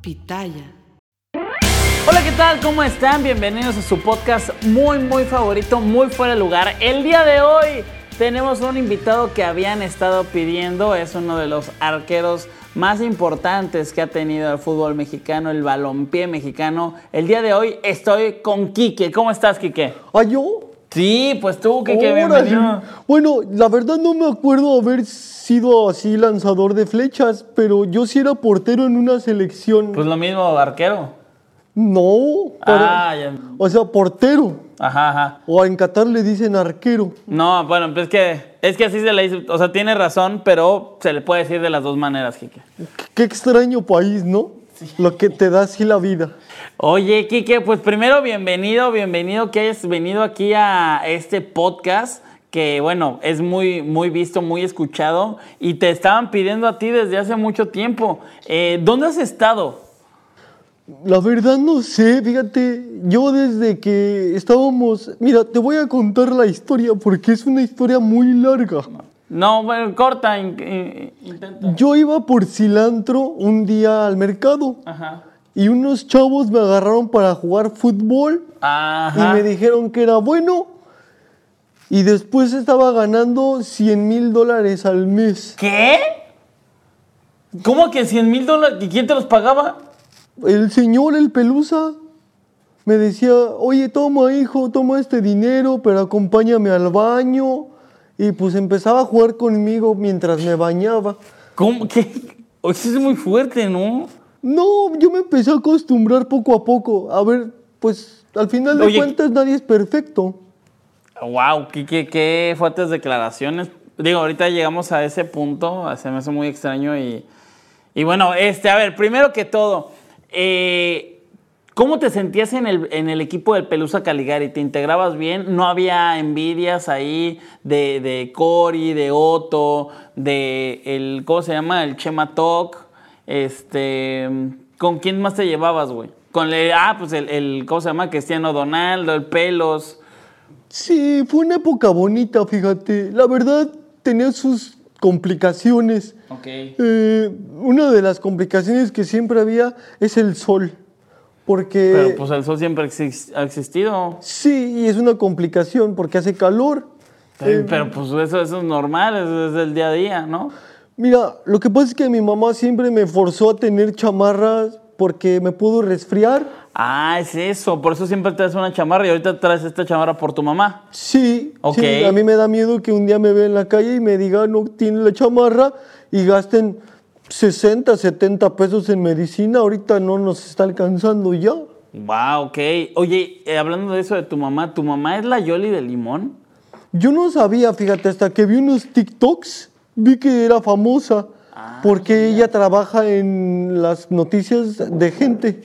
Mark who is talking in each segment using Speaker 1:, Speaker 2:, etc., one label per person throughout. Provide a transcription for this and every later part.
Speaker 1: Pitaya.
Speaker 2: Hola, ¿qué tal? ¿Cómo están? Bienvenidos a su podcast muy, muy favorito, muy fuera de lugar. El día de hoy tenemos un invitado que habían estado pidiendo. Es uno de los arqueros más importantes que ha tenido el fútbol mexicano, el balompié mexicano. El día de hoy estoy con Quique. ¿Cómo estás, Quique?
Speaker 3: ¿Ah, yo?
Speaker 2: Sí, pues tú, Quique,
Speaker 3: Órale.
Speaker 2: bienvenido.
Speaker 3: Bueno, la verdad no me acuerdo haber sido así lanzador de flechas, pero yo sí era portero en una selección.
Speaker 2: Pues lo mismo, arquero.
Speaker 3: no, para-
Speaker 2: Ah, ya.
Speaker 3: o sea, portero.
Speaker 2: Ajá, ajá.
Speaker 3: O en Qatar le dicen arquero.
Speaker 2: No, bueno, pues es que, es que así se le dice. O sea, tiene razón, pero se le puede decir de las dos maneras, Quique.
Speaker 3: Qué- Qué extraño país, ¿no? Lo que te da así la vida.
Speaker 2: Oye, Quique, pues primero bienvenido, bienvenido que hayas venido aquí a este podcast que bueno, es muy, muy visto, muy escuchado y te estaban pidiendo a ti desde hace mucho tiempo. Eh, ¿Dónde has estado?
Speaker 3: La verdad no sé, fíjate, yo desde que estábamos... Mira, te voy a contar la historia porque es una historia muy larga.
Speaker 2: No, bueno, corta, in- in- intenta.
Speaker 3: Yo iba por cilantro un día al mercado.
Speaker 2: Ajá.
Speaker 3: Y unos chavos me agarraron para jugar fútbol
Speaker 2: Ajá.
Speaker 3: y me dijeron que era bueno. Y después estaba ganando 100 mil dólares al mes.
Speaker 2: ¿Qué? ¿Cómo que 100 mil dólares? ¿Y quién te los pagaba?
Speaker 3: El señor, el pelusa, me decía, oye, toma hijo, toma este dinero, pero acompáñame al baño. Y pues empezaba a jugar conmigo mientras me bañaba.
Speaker 2: ¿Cómo? ¿Qué? Oye, Eso es muy fuerte, ¿no?
Speaker 3: No, yo me empecé a acostumbrar poco a poco. A ver, pues al final de
Speaker 2: Oye,
Speaker 3: cuentas nadie es perfecto.
Speaker 2: Wow, qué, qué, qué fuertes declaraciones. Digo, ahorita llegamos a ese punto, se me hace muy extraño y, y bueno, este, a ver, primero que todo, eh, ¿cómo te sentías en el, en el equipo del Pelusa Caligari? ¿Te integrabas bien? ¿No había envidias ahí de, de Cory, de Otto, de el, ¿cómo se llama? El Chema Tok. Este, ¿con quién más te llevabas, güey? Con el, ah, pues el, el, ¿cómo se llama? Cristiano Donaldo, el Pelos.
Speaker 3: Sí, fue una época bonita, fíjate. La verdad, tenía sus complicaciones.
Speaker 2: Ok.
Speaker 3: Eh, una de las complicaciones que siempre había es el sol. Porque...
Speaker 2: Pero pues el sol siempre exis- ha existido.
Speaker 3: Sí, y es una complicación porque hace calor. Eh,
Speaker 2: Pero pues eso, eso es normal, eso es del día a día, ¿no?
Speaker 3: Mira, lo que pasa es que mi mamá siempre me forzó a tener chamarras porque me pudo resfriar.
Speaker 2: Ah, es eso. Por eso siempre traes una chamarra y ahorita traes esta chamarra por tu mamá.
Speaker 3: Sí,
Speaker 2: Ok.
Speaker 3: sí, a mí me da miedo que un día me vea en la calle y me diga "Ah, no tiene la chamarra y gasten 60, 70 pesos en medicina. Ahorita no nos está alcanzando ya.
Speaker 2: Wow, ok. Oye, eh, hablando de eso de tu mamá, ¿tu mamá es la Yoli de limón?
Speaker 3: Yo no sabía, fíjate, hasta que vi unos TikToks, vi que era famosa porque ella trabaja en las noticias de gente.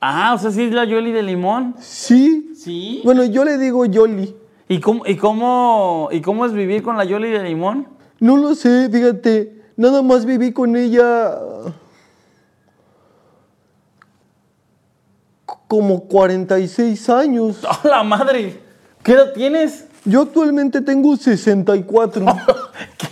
Speaker 2: Ah, o sea, sí es la Yoli de limón.
Speaker 3: Sí.
Speaker 2: Sí.
Speaker 3: Bueno, yo le digo Yoli.
Speaker 2: ¿Y cómo, y cómo, y cómo es vivir con la Yoli de limón?
Speaker 3: No lo sé, fíjate. Nada más viví con ella c- como 46 años.
Speaker 2: ¡Oh, la madre! ¿Qué edad tienes?
Speaker 3: Yo actualmente tengo 64.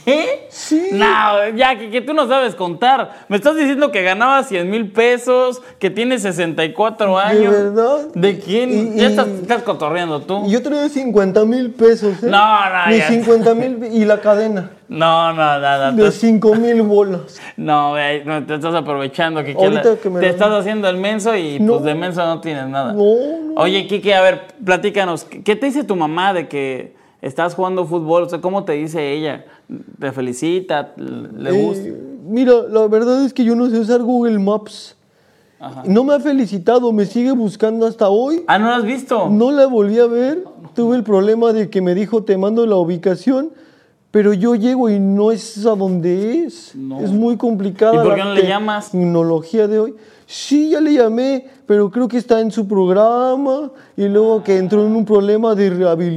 Speaker 2: ¿Qué?
Speaker 3: Sí.
Speaker 2: No, ya que, que tú no sabes contar. Me estás diciendo que ganabas 100 mil pesos, que tienes 64 años.
Speaker 3: verdad?
Speaker 2: ¿De quién?
Speaker 3: Y-
Speaker 2: ya
Speaker 3: y-
Speaker 2: estás, estás cotorreando tú.
Speaker 3: Y Yo tenía 50 mil pesos. ¿eh?
Speaker 2: No, no,
Speaker 3: Ni
Speaker 2: ya.
Speaker 3: 50 mil y la cadena.
Speaker 2: No, no, no, no.
Speaker 3: De
Speaker 2: tú-
Speaker 3: 5 mil bolas.
Speaker 2: No, güey, no, te estás aprovechando. Que
Speaker 3: Ahorita
Speaker 2: quieres-
Speaker 3: que me
Speaker 2: te
Speaker 3: dan-
Speaker 2: estás haciendo el menso y
Speaker 3: No.
Speaker 2: pues de menso no tienes nada.
Speaker 3: No, no.
Speaker 2: Oye, Kike, a ver, platícanos. ¿qué- ¿Qué te dice tu mamá de que estás jugando fútbol? O sea, ¿cómo te dice ella? ¿Te felicita? ¿Le
Speaker 3: Eh,
Speaker 2: gusta?
Speaker 3: mira, la verdad es que yo no sé usar Google Maps. No me ha felicitado, me sigue buscando hasta hoy.
Speaker 2: Ah, ¿no lo has visto?
Speaker 3: No la volví a ver. Tuve el problema de que me dijo te mando la ubicación, pero yo llego y no es a donde es.
Speaker 2: No.
Speaker 3: Es muy complicada.
Speaker 2: ¿Y por
Speaker 3: la
Speaker 2: qué no le llamas?
Speaker 3: Tecnología de hoy. Sí, ya le llamé, pero creo que está en su programa y luego que entró en un problema de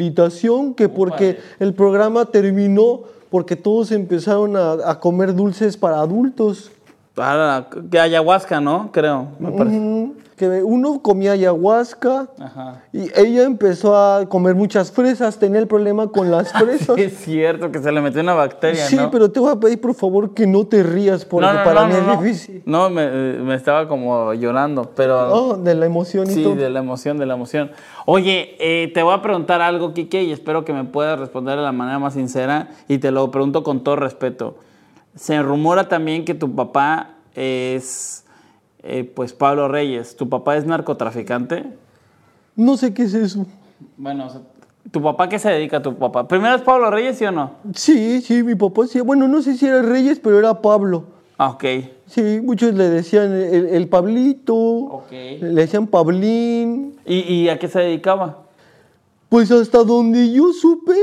Speaker 3: rehabilitación, que porque el programa terminó porque todos empezaron a, a comer dulces para adultos.
Speaker 2: Ah, la- que ayahuasca, ¿no? Creo,
Speaker 3: Mm,
Speaker 2: me parece.
Speaker 3: Ujú. Que uno comía ayahuasca.
Speaker 2: Ajá.
Speaker 3: Y ella empezó a comer muchas fresas, tenía el problema con las fresas.
Speaker 2: Ah, Es cierto que se le metió una bacteria,
Speaker 3: Sí,
Speaker 2: ¿no?
Speaker 3: pero te voy a pedir por favor que no te rías porque para mí
Speaker 2: no,
Speaker 3: es difícil.
Speaker 2: No, me, eh, me estaba como llorando, pero...
Speaker 3: Oh, de la emoción y
Speaker 2: Sí,
Speaker 3: todo.
Speaker 2: de la emoción, de la emoción. Oye, eh, te voy a preguntar algo, Kike, y espero que me puedas responder de la manera más sincera y te lo pregunto con todo respeto. Se rumora también que tu papá es, eh, pues, Pablo Reyes. ¿Tu papá es narcotraficante?
Speaker 3: No sé qué es eso.
Speaker 2: Bueno, o sea, ¿tu papá qué se dedica a tu papá? ¿Primero es Pablo Reyes, sí o no?
Speaker 3: Sí, sí, mi papá sí. Bueno, no sé si era Reyes, pero era Pablo.
Speaker 2: Ah, ok.
Speaker 3: Sí, muchos le decían el, el Pablito,
Speaker 2: Ok.
Speaker 3: le decían Pablín.
Speaker 2: ¿Y, y a qué se dedicaba?
Speaker 3: Pues hasta donde yo supe,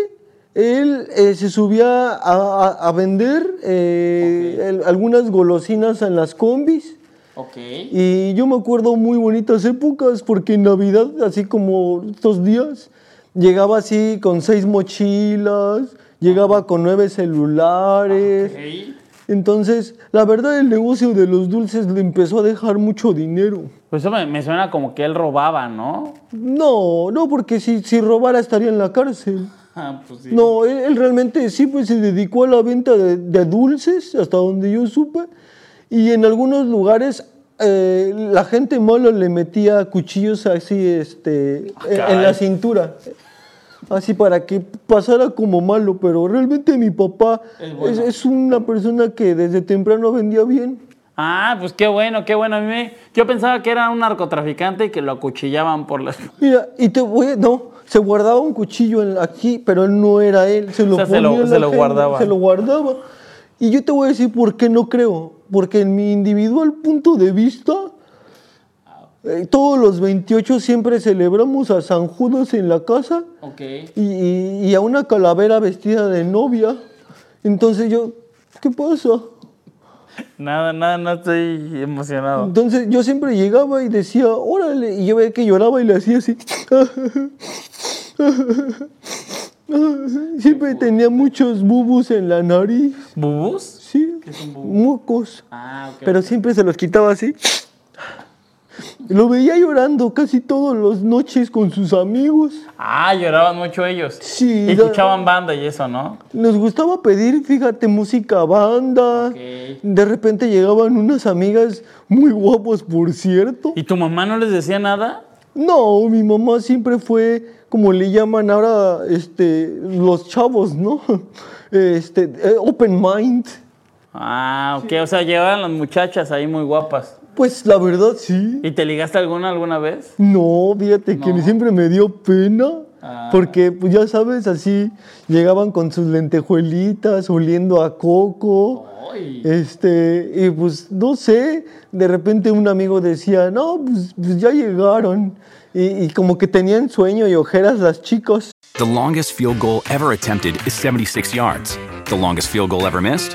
Speaker 3: él eh, se subía a, a- a vender eh, el- algunas golosinas en las combis.
Speaker 2: Ok.
Speaker 3: Y yo me acuerdo muy bonitas épocas, porque en Navidad, así como estos días, llegaba así con seis mochilas, llegaba con nueve celulares. Entonces, la verdad, el negocio de los dulces le empezó a dejar mucho dinero.
Speaker 2: Pues eso me, me suena como que él robaba, ¿no?
Speaker 3: No, no, porque si, si robara estaría en la cárcel.
Speaker 2: Ah, pues sí.
Speaker 3: No, él, él realmente sí pues, se dedicó a la venta de, de dulces, hasta donde yo supe. Y en algunos lugares eh, la gente mala le metía cuchillos así este, en, en la
Speaker 2: Ah, caray.
Speaker 3: cintura. Así para que pasara como malo, pero realmente mi papá
Speaker 2: Es
Speaker 3: es,
Speaker 2: bueno.
Speaker 3: es una persona que desde temprano vendía bien.
Speaker 2: Ah, pues qué bueno, qué bueno. A mí me- yo pensaba que era un narcotraficante y que lo acuchillaban por las...
Speaker 3: Mira, y te voy, a- no, se guardaba un cuchillo en- aquí, pero él no era él, se lo
Speaker 2: O sea, se lo-
Speaker 3: ponía en
Speaker 2: se
Speaker 3: la
Speaker 2: lo
Speaker 3: agenda,
Speaker 2: guardaba.
Speaker 3: se lo guardaba. Y yo te voy a decir por qué no creo, porque en mi individual punto de vista, eh, todos los 28 siempre celebramos a San Judas en la casa
Speaker 2: Ok.
Speaker 3: y, y- y a una calavera vestida de novia. Entonces yo, ¿qué pasa?
Speaker 2: Nada, nada, no estoy emocionado.
Speaker 3: Entonces yo siempre llegaba y decía, órale, y yo veía que lloraba y le hacía así. siempre tenía muchos bubus en la nariz,
Speaker 2: ¿Bubus?
Speaker 3: sí, mucos,
Speaker 2: Ah, ok.
Speaker 3: pero siempre se los quitaba así. Lo veía llorando casi todas las noches con sus amigos.
Speaker 2: Ah, lloraban mucho ellos.
Speaker 3: Sí,
Speaker 2: Y
Speaker 3: da-
Speaker 2: escuchaban banda y eso, ¿no?
Speaker 3: Nos gustaba pedir, fíjate, música banda.
Speaker 2: Ok.
Speaker 3: De repente llegaban unas amigas muy guapas, por cierto.
Speaker 2: ¿Y tu mamá no les decía nada?
Speaker 3: No, mi mamá siempre fue como le llaman ahora este, los chavos, ¿no? Este, eh, open mind.
Speaker 2: Ah, ok. O sea, llevaban las muchachas ahí muy guapas.
Speaker 3: Pues la verdad sí.
Speaker 2: ¿Y te ligaste alguna alguna vez?
Speaker 3: No, fíjate que siempre me dio pena.
Speaker 2: Ah.
Speaker 3: Porque, pues ya sabes, así llegaban con sus lentejuelitas, oliendo a coco. Este, y pues no sé, de repente un amigo decía, no, pues, pues, ya llegaron. Y, y como que tenían sueño y ojeras las chicas.
Speaker 4: The longest field goal ever attempted is 76 yards. The longest field goal ever missed?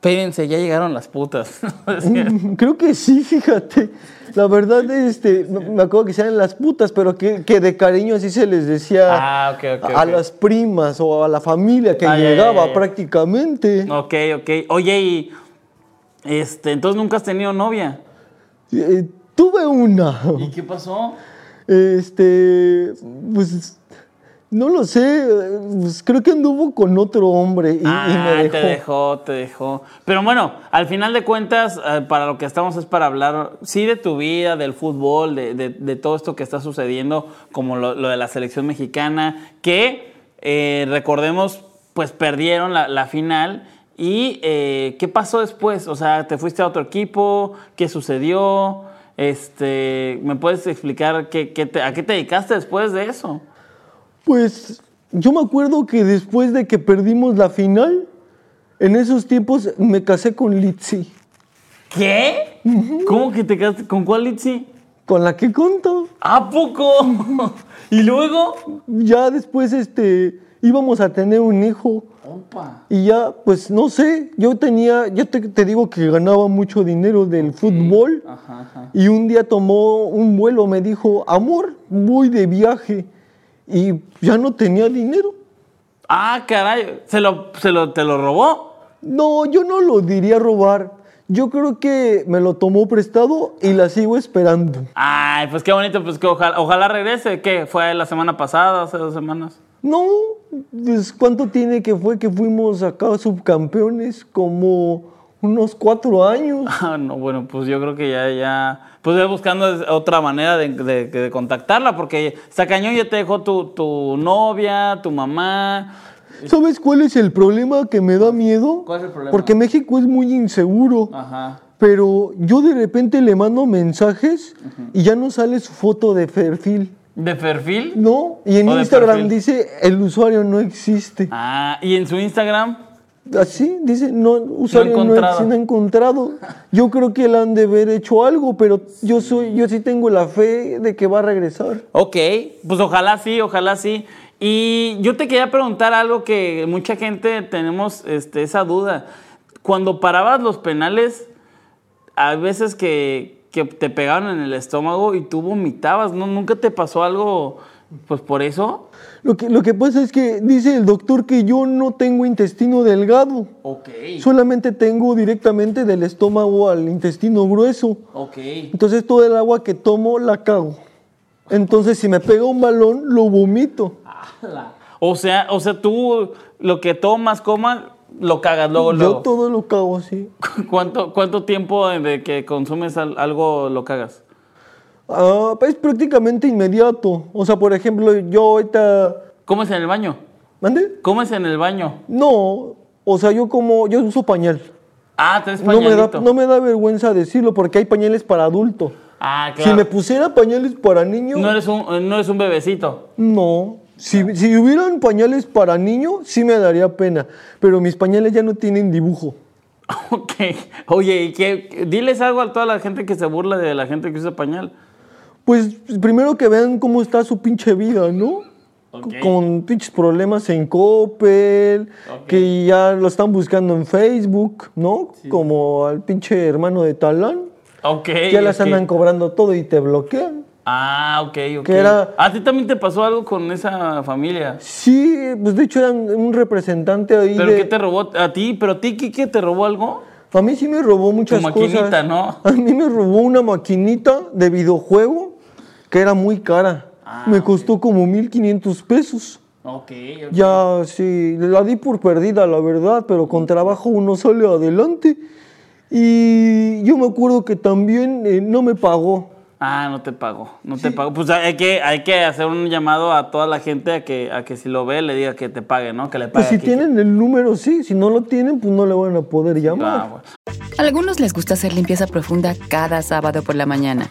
Speaker 2: pédense, ya llegaron las putas. No decían.
Speaker 3: Creo que sí, fíjate. La verdad, este, me me acuerdo que sean las putas, pero que, que de cariño así se les decía
Speaker 2: Ah, ok, ok,
Speaker 3: a
Speaker 2: ok.
Speaker 3: las primas o a la familia que
Speaker 2: Ah, ya, ya,
Speaker 3: llegaba
Speaker 2: ya, ya.
Speaker 3: prácticamente.
Speaker 2: Ok, ok. Oye, y Este, entonces nunca has tenido novia.
Speaker 3: Eh, tuve una.
Speaker 2: ¿Y qué pasó?
Speaker 3: Este, pues, no lo sé, eh, pues, creo que anduvo con otro hombre y, y
Speaker 2: ah,
Speaker 3: me dejó.
Speaker 2: te dejó, te dejó. Pero bueno, al final de cuentas, eh, para lo que estamos es para hablar, sí, de tu vida, del fútbol, de, de- de todo esto que está sucediendo, como lo, lo de la selección mexicana, que eh, recordemos, pues perdieron la, la final. ¿Y eh, qué pasó después? O sea, ¿te fuiste a otro equipo? ¿Qué sucedió? Este, ¿Me puedes explicar qué, qué te- a qué te dedicaste después de eso?
Speaker 3: Pues yo me acuerdo que después de que perdimos la final, en esos tiempos me casé con Litsi,
Speaker 2: ¿Qué? ¿Cómo que te quedaste? ¿Con cuál Litsi?
Speaker 3: con la que conto.
Speaker 2: ¿A poco? ¿Y luego?
Speaker 3: Ya después este, íbamos a tener un hijo
Speaker 2: Opa.
Speaker 3: y ya, pues no sé, yo tenía, yo te, te digo que ganaba mucho dinero del fútbol
Speaker 2: Ajá, ajá.
Speaker 3: y un día tomó un vuelo, me dijo, amor, voy de viaje y ya no tenía dinero.
Speaker 2: Ah, caray. ¿Se lo, se lo, ¿Te lo robó?
Speaker 3: No, yo no lo diría robar. Yo creo que me lo tomó prestado y la sigo esperando.
Speaker 2: Ay, pues qué bonito, pues que ojalá, ojalá regrese. ¿Qué? ¿Fue la semana pasada, hace dos semanas?
Speaker 3: No, pues, ¿cuánto tiene que fue que fuimos acá subcampeones? Como unos cuatro años.
Speaker 2: Ah, no, bueno, pues yo creo que ya, ya. Pues voy buscando es- otra manera de, de- de contactarla, porque Sacañón ya te dejó tu, tu novia, tu mamá.
Speaker 3: ¿Sabes cuál es el problema que me da miedo?
Speaker 2: ¿Cuál es el problema?
Speaker 3: Porque México es muy inseguro.
Speaker 2: Ajá.
Speaker 3: Pero yo de repente le mando mensajes y ya no sale su foto de perfil.
Speaker 2: ¿De perfil?
Speaker 3: No, y en
Speaker 2: O de
Speaker 3: Instagram
Speaker 2: perfil.
Speaker 3: dice el usuario no existe.
Speaker 2: Ah, ¿y en su Instagram?
Speaker 3: Así, dice, no, usuario no,
Speaker 2: encontrado.
Speaker 3: existe, no encontrado. Yo creo que él han de haber hecho algo, pero yo soy, yo sí tengo la fe de que va a regresar.
Speaker 2: Ok, pues ojalá sí, ojalá sí. Y yo te quería preguntar algo que mucha gente tenemos este, esa duda. Cuando parabas los penales, a veces que, que te pegaban en el estómago y tú vomitabas, ¿no? ¿Nunca te pasó algo pues por eso?
Speaker 3: Lo que, lo que pasa es que dice el doctor que yo no tengo intestino delgado,
Speaker 2: Ok,
Speaker 3: solamente tengo directamente del estómago al intestino grueso.
Speaker 2: ok.
Speaker 3: Entonces todo el agua que tomo la cago. Entonces si me pega un balón, lo vomito.
Speaker 2: O sea, o sea, tú lo que tomas, comas, lo cagas luego,
Speaker 3: Yo
Speaker 2: luego.
Speaker 3: todo lo cago así.
Speaker 2: ¿Cuánto, ¿Cuánto tiempo de que consumes al- algo lo cagas?
Speaker 3: Ah, es prácticamente inmediato. O sea, por ejemplo, yo ahorita...
Speaker 2: ¿Comes en el baño?
Speaker 3: ¿Mande?
Speaker 2: ¿Comes en el baño?
Speaker 3: No, o sea, yo como, yo uso pañal.
Speaker 2: Ah, tres
Speaker 3: No me,
Speaker 2: pañalito.
Speaker 3: da, no me da vergüenza decirlo porque hay pañales para adulto.
Speaker 2: Ah, claro.
Speaker 3: Si me pusiera pañales para niño,
Speaker 2: no, eres un, no eres un bebecito.
Speaker 3: no.
Speaker 2: Ah.
Speaker 3: Si, si hubieran pañales para niño, sí me daría pena. Pero mis pañales ya no tienen dibujo.
Speaker 2: Ok. Oye, ¿y qué? Diles algo a toda la gente que se burla de la gente que usa pañal.
Speaker 3: Pues primero que vean cómo está su pinche vida, ¿no?
Speaker 2: Ok.
Speaker 3: Con pinches problemas en Coppel,
Speaker 2: Ok.
Speaker 3: que ya lo están buscando en Facebook, ¿no? Como al pinche hermano de Talán.
Speaker 2: Ok.
Speaker 3: Ya las
Speaker 2: ok.
Speaker 3: andan cobrando todo y te bloquean.
Speaker 2: Ah, ok, ok.
Speaker 3: Que era-
Speaker 2: ¿A ti también te pasó algo con esa familia?
Speaker 3: Sí, pues de hecho eran un representante ahí
Speaker 2: ¿Pero
Speaker 3: de...
Speaker 2: qué te robó? ¿A ti? ¿Pero a ti, Kike, te robó algo?
Speaker 3: A mí sí me robó muchas
Speaker 2: maquinita,
Speaker 3: cosas.
Speaker 2: ¿no?
Speaker 3: A mí me robó una maquinita de videojuego que era muy cara.
Speaker 2: Ah,
Speaker 3: me costó como 1.500 pesos.
Speaker 2: Ok.
Speaker 3: Ya, sí, la di por perdida, la verdad, pero con trabajo uno sale adelante. Y yo me acuerdo que también eh, no me pagó.
Speaker 2: Ah, no te pago, no te pago. Pues hay que, hay que hacer un llamado a toda la gente a que, a que si lo ve le diga que te pague, ¿no? Que le pague.
Speaker 3: Pues si
Speaker 2: a Kike.
Speaker 3: tienen el número, sí. Si no lo tienen, pues no le van a poder llamar.
Speaker 2: Ah, bueno.
Speaker 5: Algunos les gusta hacer limpieza profunda cada sábado por la mañana.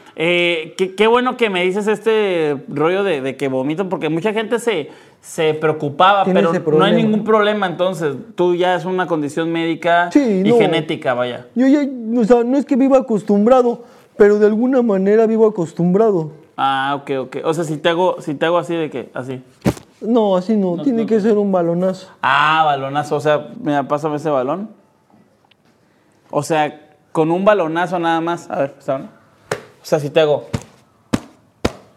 Speaker 2: eh, qué, qué bueno que me dices este rollo de, de que vomito, porque mucha gente se, se preocupaba,
Speaker 3: Tiene
Speaker 2: pero
Speaker 3: ese
Speaker 2: no hay
Speaker 3: problema.
Speaker 2: ningún problema entonces. Tú ya es una condición médica
Speaker 3: Sí,
Speaker 2: y
Speaker 3: no.
Speaker 2: genética, vaya.
Speaker 3: Yo ya, o sea, no es que viva acostumbrado, pero de alguna manera vivo acostumbrado.
Speaker 2: Ah, ok, ok. O sea, si te hago, si te hago así de que, así.
Speaker 3: No, así no, tiene que ser un balonazo.
Speaker 2: Ah, balonazo. O sea, mira, pásame ese balón. O sea, con un balonazo nada más. A ver, pásame. O sea, si te hago.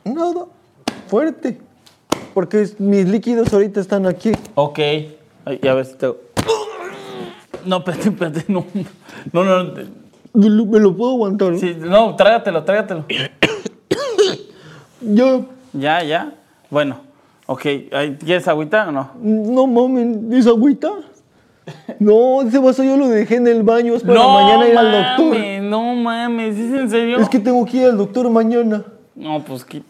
Speaker 3: Nada, fuerte. Porque es- mis líquidos ahorita están aquí.
Speaker 2: Ok. Ay, y a ver si te hago. No, espérate, espérate. No, no, no. no,
Speaker 3: Me lo me lo puedo aguantar. ¿no?
Speaker 2: sí, no, trágatelo, trágatelo.
Speaker 3: Ya,
Speaker 2: Ya, ya. Bueno. Ok. Ay, ¿Quieres agüita o no?
Speaker 3: no mames, ¿es agüita? No, ese vaso yo lo dejé en el baño, es para
Speaker 2: no
Speaker 3: mañana ir
Speaker 2: mames,
Speaker 3: al doctor.
Speaker 2: No mames, ¿es en serio?
Speaker 3: Es que tengo que ir al doctor mañana.
Speaker 2: No, pues que-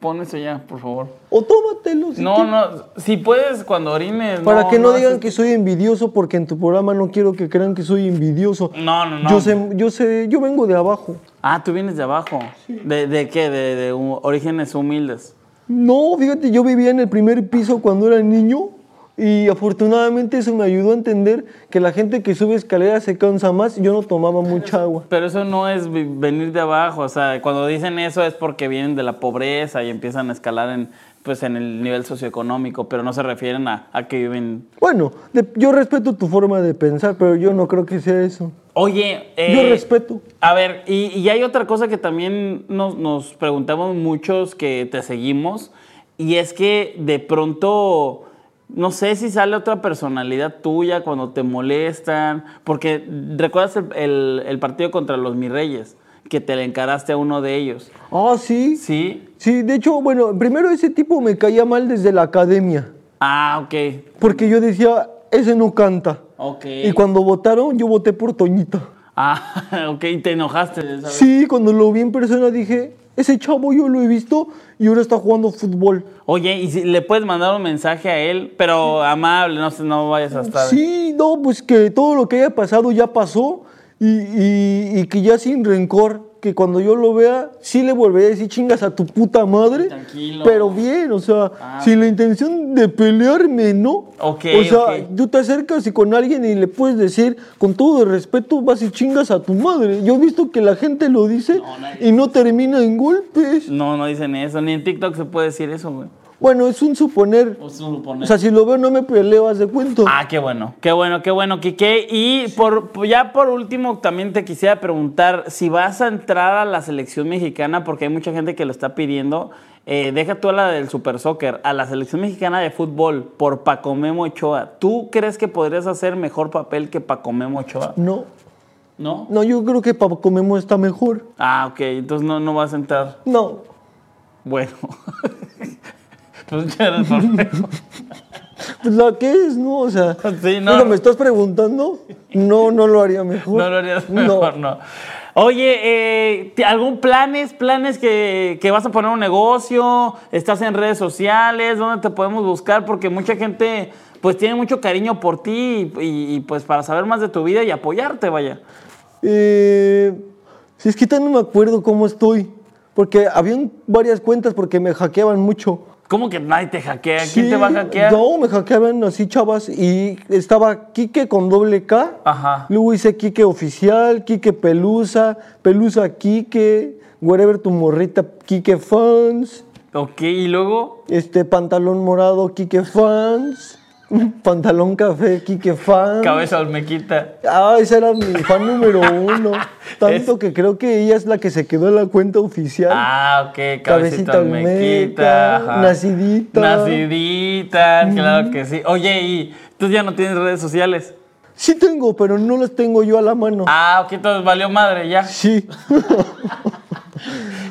Speaker 2: pon eso ya, por favor.
Speaker 3: O tómatelo. si
Speaker 2: No,
Speaker 3: quieres.
Speaker 2: no, si puedes cuando orines.
Speaker 3: Para que no, digan
Speaker 2: haces-
Speaker 3: que soy envidioso, porque en tu programa no quiero que crean que soy envidioso.
Speaker 2: No, no, no.
Speaker 3: Yo sé, yo sé, yo vengo de abajo.
Speaker 2: Ah, tú vienes de abajo. ¿De, de qué? De, de hu- orígenes humildes.
Speaker 3: No, fíjate, yo vivía en el primer piso cuando era niño y afortunadamente eso me ayudó a entender que la gente que sube escaleras se cansa más. Yo no tomaba mucha agua.
Speaker 2: Pero eso no es vi- venir de abajo. O sea, cuando dicen eso es porque vienen de la pobreza y empiezan a escalar en, pues, en el nivel socioeconómico, pero no se refieren a, a que viven.
Speaker 3: Bueno, de- yo respeto tu forma de pensar, pero yo no creo que sea eso.
Speaker 2: Oye,
Speaker 3: yo
Speaker 2: eh,
Speaker 3: respeto.
Speaker 2: A ver, y, y hay otra cosa que también nos, nos preguntamos muchos que te seguimos, y es que de pronto, no sé si sale otra personalidad tuya cuando te molestan, porque recuerdas el, el- el partido contra los Mis Reyes, que te le encaraste a uno de ellos,
Speaker 3: Ah, sí. sí.
Speaker 2: ¿sí?
Speaker 3: de hecho, bueno, primero ese tipo me caía mal desde la academia,
Speaker 2: Ah, ok,
Speaker 3: porque yo decía, ese no canta.
Speaker 2: ok.
Speaker 3: Y cuando votaron, yo voté por Toñita.
Speaker 2: Ah, ok, y te enojaste. de esa vez.
Speaker 3: Sí, cuando lo vi en persona dije, ese chavo yo lo he visto y ahora está jugando fútbol.
Speaker 2: Oye, y si le puedes mandar un mensaje a él, pero amable, no, no vayas a estar...
Speaker 3: Sí, no, pues que todo lo que haya pasado ya pasó y, y- y que ya sin rencor, que cuando yo lo vea, sí le volveré a decir chingas a tu puta madre.
Speaker 2: Tranquilo. Ah.
Speaker 3: Pero bien, o sea, sin la intención de pelearme, ¿no?
Speaker 2: Ok,
Speaker 3: O sea,
Speaker 2: ok.
Speaker 3: tú te acercas y con alguien y le puedes decir, con todo el respeto, vas y chingas a tu madre. Yo he visto que la gente lo dice y no termina en golpes.
Speaker 2: No, no dicen eso. Ni en TikTok se puede decir eso, güey.
Speaker 3: Bueno, es un suponer. O sea, si lo veo no me peleo, haz de cuento.
Speaker 2: Ah, qué bueno, qué bueno, qué bueno, Quique. Y por, ya por último, también te quisiera preguntar si vas a entrar a la selección mexicana, porque hay mucha gente que lo está pidiendo. eh, deja tú a la del Super Soccer, a la selección mexicana de fútbol por Paco Memo Ochoa. ¿Tú crees que podrías hacer mejor papel que Paco Memo Ochoa?
Speaker 3: No,
Speaker 2: ¿No?
Speaker 3: no, yo creo que Paco Memo está mejor.
Speaker 2: Ah, ok, entonces no, no vas a entrar.
Speaker 3: No.
Speaker 2: Bueno. Pues ya era el torneo.
Speaker 3: Pues la que es, ¿no? O sea,
Speaker 2: Sí, no.
Speaker 3: digo, ¿me estás preguntando? No, no lo haría mejor.
Speaker 2: No lo harías mejor, no. Oye, eh, ¿te- ¿algún planes, planes que, que vas a poner un negocio? ¿Estás en redes sociales? ¿Dónde te podemos buscar? Porque mucha gente pues tiene mucho cariño por ti y, y, pues para saber más de tu vida y apoyarte, vaya.
Speaker 3: Eh, si es que ya no me acuerdo cómo estoy. Porque habían varias cuentas porque me hackeaban mucho.
Speaker 2: ¿Cómo que nadie te hackea? ¿Quién
Speaker 3: Sí,
Speaker 2: te va a hackear?
Speaker 3: No, me hackeaban así, chavas. Y estaba Quique con doble K.
Speaker 2: Ajá.
Speaker 3: Luego hice Quique oficial, Quique Pelusa, Pelusa Quique, Wherever tu morrita, Quique Fans,
Speaker 2: Ok, y luego,
Speaker 3: este pantalón morado, Quique Fans, pantalón café, Quique Fans.
Speaker 2: cabeza olmequita.
Speaker 3: Ah, esa era mi fan número uno. Tanto que creo que ella es la que se quedó en la cuenta oficial.
Speaker 2: Ah, ok,
Speaker 3: Cabecita
Speaker 2: cabecita
Speaker 3: Olmeca,
Speaker 2: olmequita. ajá.
Speaker 3: Nacidita.
Speaker 2: Nacidita, claro que sí. Oye, ¿y tú ya no tienes redes sociales?
Speaker 3: Sí tengo, pero no las tengo yo a la mano.
Speaker 2: Ah, ok, entonces valió madre ya.
Speaker 3: Sí.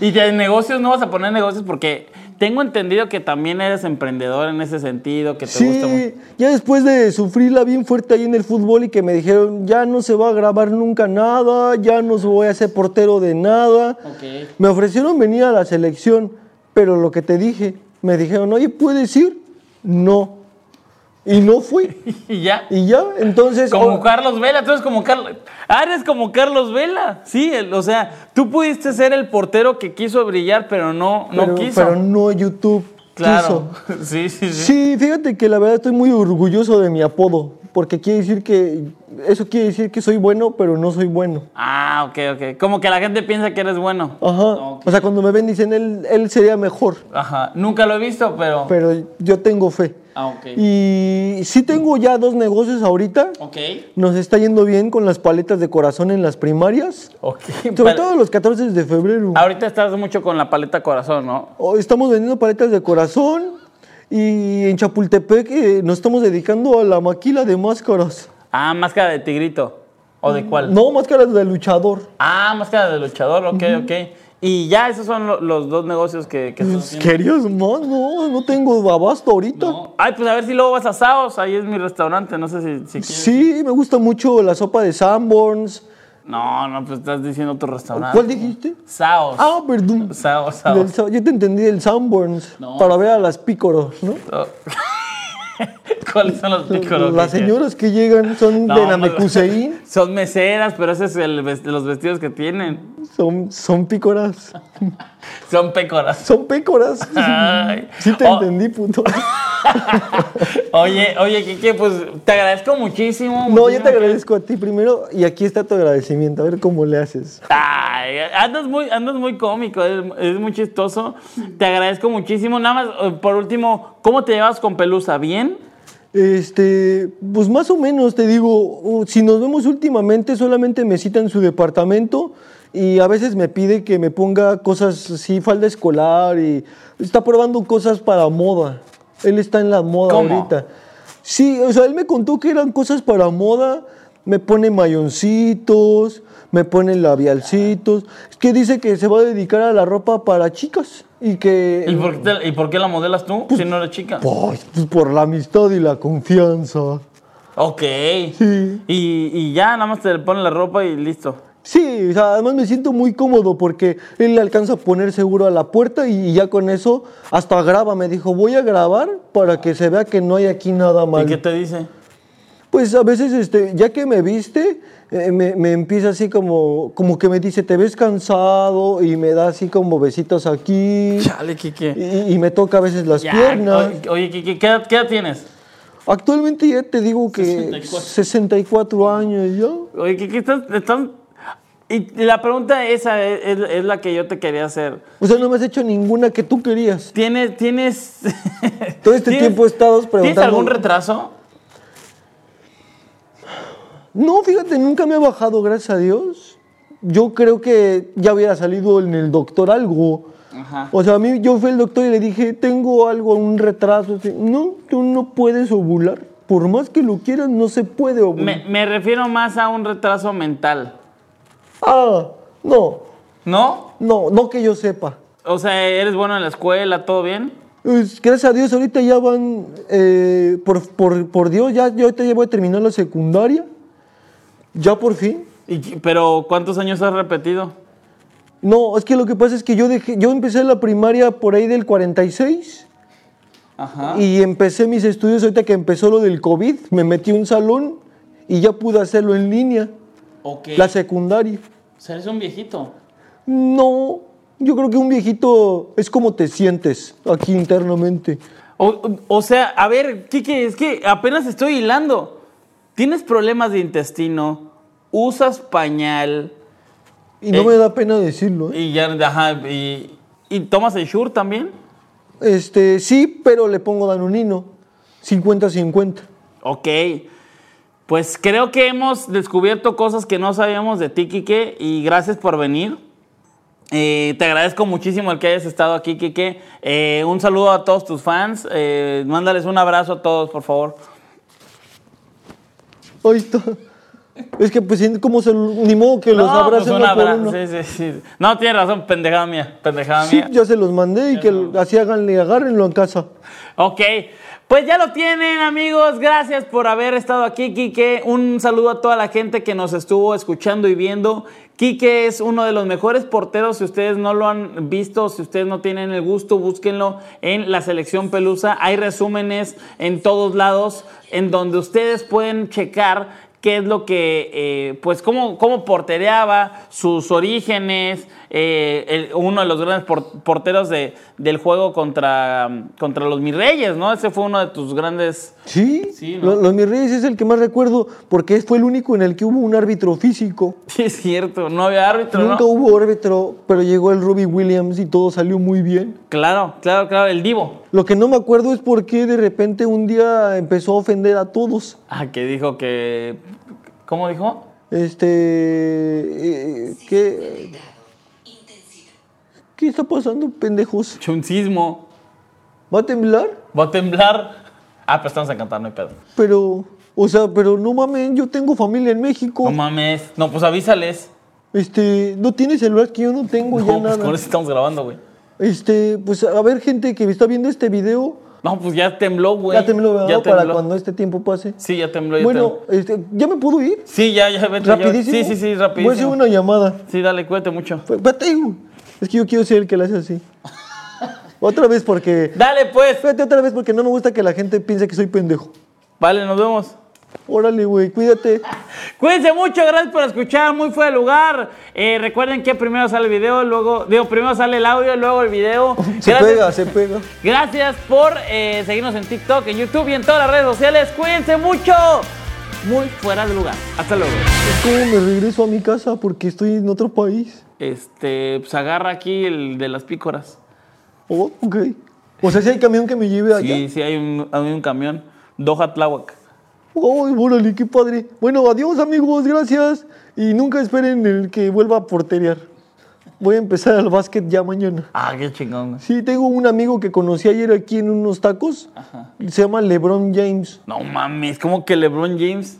Speaker 2: Y de negocios no vas a poner negocios porque tengo entendido que también eres emprendedor en ese sentido, que te gusta mucho.
Speaker 3: Sí, ya después de sufrirla bien fuerte ahí en el fútbol y que me dijeron, ya no se va a grabar nunca nada, ya no se voy a ser portero de nada. Me ofrecieron venir a la selección, pero lo que te dije, me dijeron, oye, ¿puedes ir? No. Y no fui.
Speaker 2: Y ya.
Speaker 3: Y ya, entonces...
Speaker 2: Como
Speaker 3: oh,
Speaker 2: Carlos Vela, tú eres como Carlos. Ah, eres como Carlos Vela. Sí, el- o sea, tú pudiste ser el portero que quiso brillar, pero no, no
Speaker 3: pero-
Speaker 2: quiso.
Speaker 3: Pero no YouTube.
Speaker 2: claro.
Speaker 3: quiso.
Speaker 2: Sí, sí, sí.
Speaker 3: Sí, fíjate que la verdad estoy muy orgulloso de mi apodo. porque quiere decir que, eso quiere decir que soy bueno, pero no soy bueno.
Speaker 2: Ah, ok, ok. Como que la gente piensa que eres bueno.
Speaker 3: Ajá.
Speaker 2: Ah, Ok.
Speaker 3: O sea, cuando me ven dicen, él, él sería mejor,
Speaker 2: Ajá. Nunca lo he visto, pero.
Speaker 3: pero yo tengo fe.
Speaker 2: Ah, ok.
Speaker 3: Y sí tengo ya dos negocios ahorita.
Speaker 2: Ok.
Speaker 3: Nos está yendo bien con las paletas de corazón en las primarias.
Speaker 2: Ok. Ah.
Speaker 3: Sobre
Speaker 2: Pal-
Speaker 3: todo los 14 de febrero.
Speaker 2: Ahorita estás mucho con la paleta corazón, ¿no?
Speaker 3: Hoy Estamos vendiendo paletas de corazón y en Chapultepec eh, nos estamos dedicando a la maquila de máscaras.
Speaker 2: Ah, máscara de tigrito. ¿O de cuál?
Speaker 3: No, máscaras de luchador.
Speaker 2: Ah, máscara de luchador, ok, ok. Y ya esos son lo- los dos negocios que, que estás haciendo.
Speaker 3: ¿Querías más? No, no tengo abasto ahorita.
Speaker 2: No. Ay, pues a ver si luego vas a Saos, ahí es mi restaurante, no sé si, si quieres.
Speaker 3: Sí, me gusta mucho la sopa de Sanborns.
Speaker 2: No, no, pues estás diciendo tu restaurante.
Speaker 3: ¿Cuál dijiste?
Speaker 2: Saos.
Speaker 3: Ah, perdón.
Speaker 2: Saos,
Speaker 3: Del
Speaker 2: Saos.
Speaker 3: Sa- yo te entendí el Sanborns
Speaker 2: No.
Speaker 3: para ver a las pícoros, ¿no?
Speaker 2: Oh. ¿Cuáles son los pícoros?
Speaker 3: Las
Speaker 2: que
Speaker 3: señoras que llegan son
Speaker 2: No,
Speaker 3: de
Speaker 2: pues-
Speaker 3: Namecuseín,
Speaker 2: Son meseras, pero ese es el vest- los vestidos que tienen.
Speaker 3: son, son pícoras.
Speaker 2: Son pécoras.
Speaker 3: Son pécoras.
Speaker 2: Ay.
Speaker 3: Sí te
Speaker 2: Oh.
Speaker 3: entendí, puto.
Speaker 2: Oye, oye, Kike, pues te agradezco muchísimo.
Speaker 3: No, yo
Speaker 2: muchísimo
Speaker 3: te
Speaker 2: que-
Speaker 3: agradezco a ti primero y aquí está tu agradecimiento. A ver cómo le haces.
Speaker 2: Ay, andas muy, andas muy cómico, es, es muy chistoso. Te agradezco muchísimo. Nada más, eh, por último, ¿cómo te llevas con Pelusa? ¿Bien?
Speaker 3: Este, pues más o menos te digo, uh, si nos vemos últimamente, solamente me cita en su departamento y a veces me pide que me ponga cosas así, falda escolar y está probando cosas para moda. Él está en la moda
Speaker 2: ¿Cómo?
Speaker 3: ahorita. Sí, o sea, él me contó que eran cosas para moda. Me pone mayoncitos, me pone labialcitos. Es que dice que se va a dedicar a la ropa para chicas y que.
Speaker 2: ¿Y por qué, te- y por qué la modelas tú si no eres chica?
Speaker 3: Pues, pues, por la amistad y la confianza.
Speaker 2: Ok.
Speaker 3: Sí.
Speaker 2: Y, y ya, nada más te pones la ropa y listo.
Speaker 3: Sí, o sea, además me siento muy cómodo porque él le alcanza a poner seguro a la puerta y ya con eso hasta graba. Me dijo, voy a grabar para que se vea que no hay aquí nada
Speaker 2: ¿Y qué
Speaker 3: mal.
Speaker 2: te dice?
Speaker 3: Pues a veces, este, ya que me viste, eh, me, me empieza así como, como que me dice, te ves cansado y me da así como besitos aquí
Speaker 2: Chale, Kike.
Speaker 3: y, y me toca a veces las
Speaker 2: Ya,
Speaker 3: piernas.
Speaker 2: oye, Oye, Kike, ¿qué edad, qué edad tienes?
Speaker 3: Actualmente ya te digo que 64,
Speaker 2: 64.
Speaker 3: años yo.
Speaker 2: Oye, Kike, estás... estás- Y la pregunta esa es, es- es la que yo te quería hacer.
Speaker 3: O sea, no me has hecho ninguna que tú querías.
Speaker 2: ¿Tienes, tienes...
Speaker 3: Todo este
Speaker 2: ¿tienes-
Speaker 3: tiempo he estado
Speaker 2: ¿Tienes
Speaker 3: preguntando-
Speaker 2: algún retraso?
Speaker 3: No, fíjate, nunca me ha bajado, gracias a Dios. Yo creo que ya hubiera salido en el doctor algo.
Speaker 2: Ajá.
Speaker 3: O sea, a mí yo fui al doctor y le dije, tengo algo, un retraso. así. No, tú no puedes ovular. Por más que lo quieras, no se puede ovular.
Speaker 2: Me, me refiero más a un retraso mental,
Speaker 3: Ah, no,
Speaker 2: ¿no?
Speaker 3: no, no que yo sepa.
Speaker 2: O sea, eres bueno en la escuela, todo bien.
Speaker 3: Pues, gracias a Dios, ahorita ya van, eh, por, por- por Dios, ya yo ahorita ya voy a terminar la secundaria. Ya por fin.
Speaker 2: Y qui- pero ¿cuántos años has repetido?
Speaker 3: No, es que lo que pasa es que yo dejé, yo empecé la primaria por ahí del 46.
Speaker 2: Ajá.
Speaker 3: Y empecé mis estudios ahorita que empezó lo del COVID, me metí a un salón y ya pude hacerlo en línea,
Speaker 2: Ok.
Speaker 3: la secundaria.
Speaker 2: O sea, eres un viejito.
Speaker 3: No, yo creo que un viejito es como te sientes aquí internamente.
Speaker 2: O, o sea, a ver, Kike, es que apenas estoy hilando. Tienes problemas de intestino, usas pañal
Speaker 3: Y no
Speaker 2: Eh.
Speaker 3: me da pena decirlo. ¿eh?
Speaker 2: y ya, ajá, y, y tomas el Shure también.
Speaker 3: Este, sí, pero le pongo danonino, 50-50.
Speaker 2: Ok. Pues creo que hemos descubierto cosas que no sabíamos de ti, Quique, y gracias por venir. Eh, te agradezco muchísimo el que hayas estado aquí, Quique. Eh, un saludo a todos tus fans. Eh, mándales un abrazo a todos, por favor.
Speaker 3: Ahí está. Es que pues como se ni modo que los
Speaker 2: no,
Speaker 3: abracen
Speaker 2: pues un
Speaker 3: uno por
Speaker 2: abra-
Speaker 3: uno.
Speaker 2: sí, sí, sí. No, tienes razón, pendejada mía, pendejada
Speaker 3: Sí,
Speaker 2: mía.
Speaker 3: ya se los mandé y que así háganle, agárrenlo en casa.
Speaker 2: Ok, pues ya lo tienen amigos, gracias por haber estado aquí, Quique. Un saludo a toda la gente que nos estuvo escuchando y viendo. Quique es uno de los mejores porteros, si ustedes no lo han visto, si ustedes no tienen el gusto, búsquenlo en la selección Pelusa. Hay resúmenes en todos lados en donde ustedes pueden checar qué es lo que, eh, pues cómo, cómo portereaba, sus orígenes, eh, el- uno de los grandes por- porteros de- del juego contra, contra los Mis Reyes, ¿no? Ese fue uno de tus grandes...
Speaker 3: Sí,
Speaker 2: Sí, ¿no?
Speaker 3: lo- los mis reyes es el que más recuerdo porque fue el único en el que hubo un árbitro físico.
Speaker 2: Sí, es cierto, no había árbitro, ¿no?
Speaker 3: Nunca hubo árbitro, pero llegó el Robbie Williams y todo salió muy bien.
Speaker 2: Claro, claro, claro, el divo.
Speaker 3: Lo que no me acuerdo es por qué de repente un día empezó a ofender a todos.
Speaker 2: Ah, que dijo que... ¿Cómo dijo?
Speaker 3: Este. eh, ¿Qué. ¿Qué está pasando, pendejos?
Speaker 2: Un sismo.
Speaker 3: ¿Va a temblar?
Speaker 2: Va a temblar. Ah, pero estamos a cantar, no hay pedo.
Speaker 3: Pero. O sea, pero no mamen, yo tengo familia en México.
Speaker 2: No mames. No, pues avísales.
Speaker 3: este. No tiene celular que yo no tengo
Speaker 2: No,
Speaker 3: ya
Speaker 2: pues
Speaker 3: nada.
Speaker 2: con eso estamos grabando, güey.
Speaker 3: Este. Pues a ver, gente que está viendo este video.
Speaker 2: No, pues ya tembló, güey.
Speaker 3: ya tembló, ¿verdad? Para
Speaker 2: tembló.
Speaker 3: cuando este tiempo pase.
Speaker 2: Sí, ya tembló. ya
Speaker 3: bueno,
Speaker 2: tembló.
Speaker 3: este, ¿ya me puedo ir?
Speaker 2: Sí, ya, ya, vete. ya.
Speaker 3: Rapidísimo.
Speaker 2: Sí, sí, sí,
Speaker 3: Voy a hacer
Speaker 2: rapidísimo.
Speaker 3: una llamada.
Speaker 2: Sí, dale, cuídate mucho.
Speaker 3: Espérate, güey. Es que yo quiero ser el que la hace así. Otra vez porque.
Speaker 2: Dale, pues.
Speaker 3: Espérate otra vez porque no me gusta que la gente piense que soy pendejo.
Speaker 2: Vale, nos vemos.
Speaker 3: Órale, güey, cuídate.
Speaker 2: Cuídense mucho, gracias por escuchar, muy fuera de lugar. Eh, recuerden que primero sale el video, luego, digo, primero sale el audio, luego el video.
Speaker 3: Se
Speaker 2: Gracias-
Speaker 3: pega, se pega.
Speaker 2: Gracias por eh, seguirnos en TikTok, en YouTube y en todas las redes sociales. Cuídense mucho. Muy fuera de lugar. Hasta luego.
Speaker 3: ¿Cómo me regreso a mi casa porque estoy en otro país?
Speaker 2: Este, pues agarra aquí el de las pícoras.
Speaker 3: Oh, ok. O sea, si hay camión que me lleve allá.
Speaker 2: Sí, sí, hay un, hay un camión. Doha Tláhuac.
Speaker 3: Ay, órale, qué padre. Bueno, adiós, amigos, gracias. Y nunca esperen el que vuelva a porterear. Voy a empezar al básquet ya mañana.
Speaker 2: Ah, qué chingón. güey.
Speaker 3: Sí, tengo un amigo que conocí ayer aquí en unos tacos. Se llama LeBron James.
Speaker 2: No mames, como que LeBron James.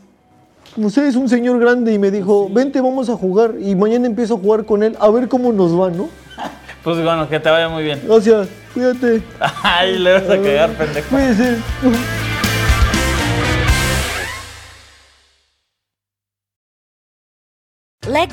Speaker 3: Usted es un señor grande y me dijo, vente, vamos a jugar. Y mañana empiezo a jugar con él, a ver cómo nos va, ¿no?
Speaker 2: Pues bueno, que te vaya muy bien.
Speaker 3: Gracias, cuídate.
Speaker 2: Ay, le vas a cagar, pendejo.
Speaker 3: Cuídense.
Speaker 1: Let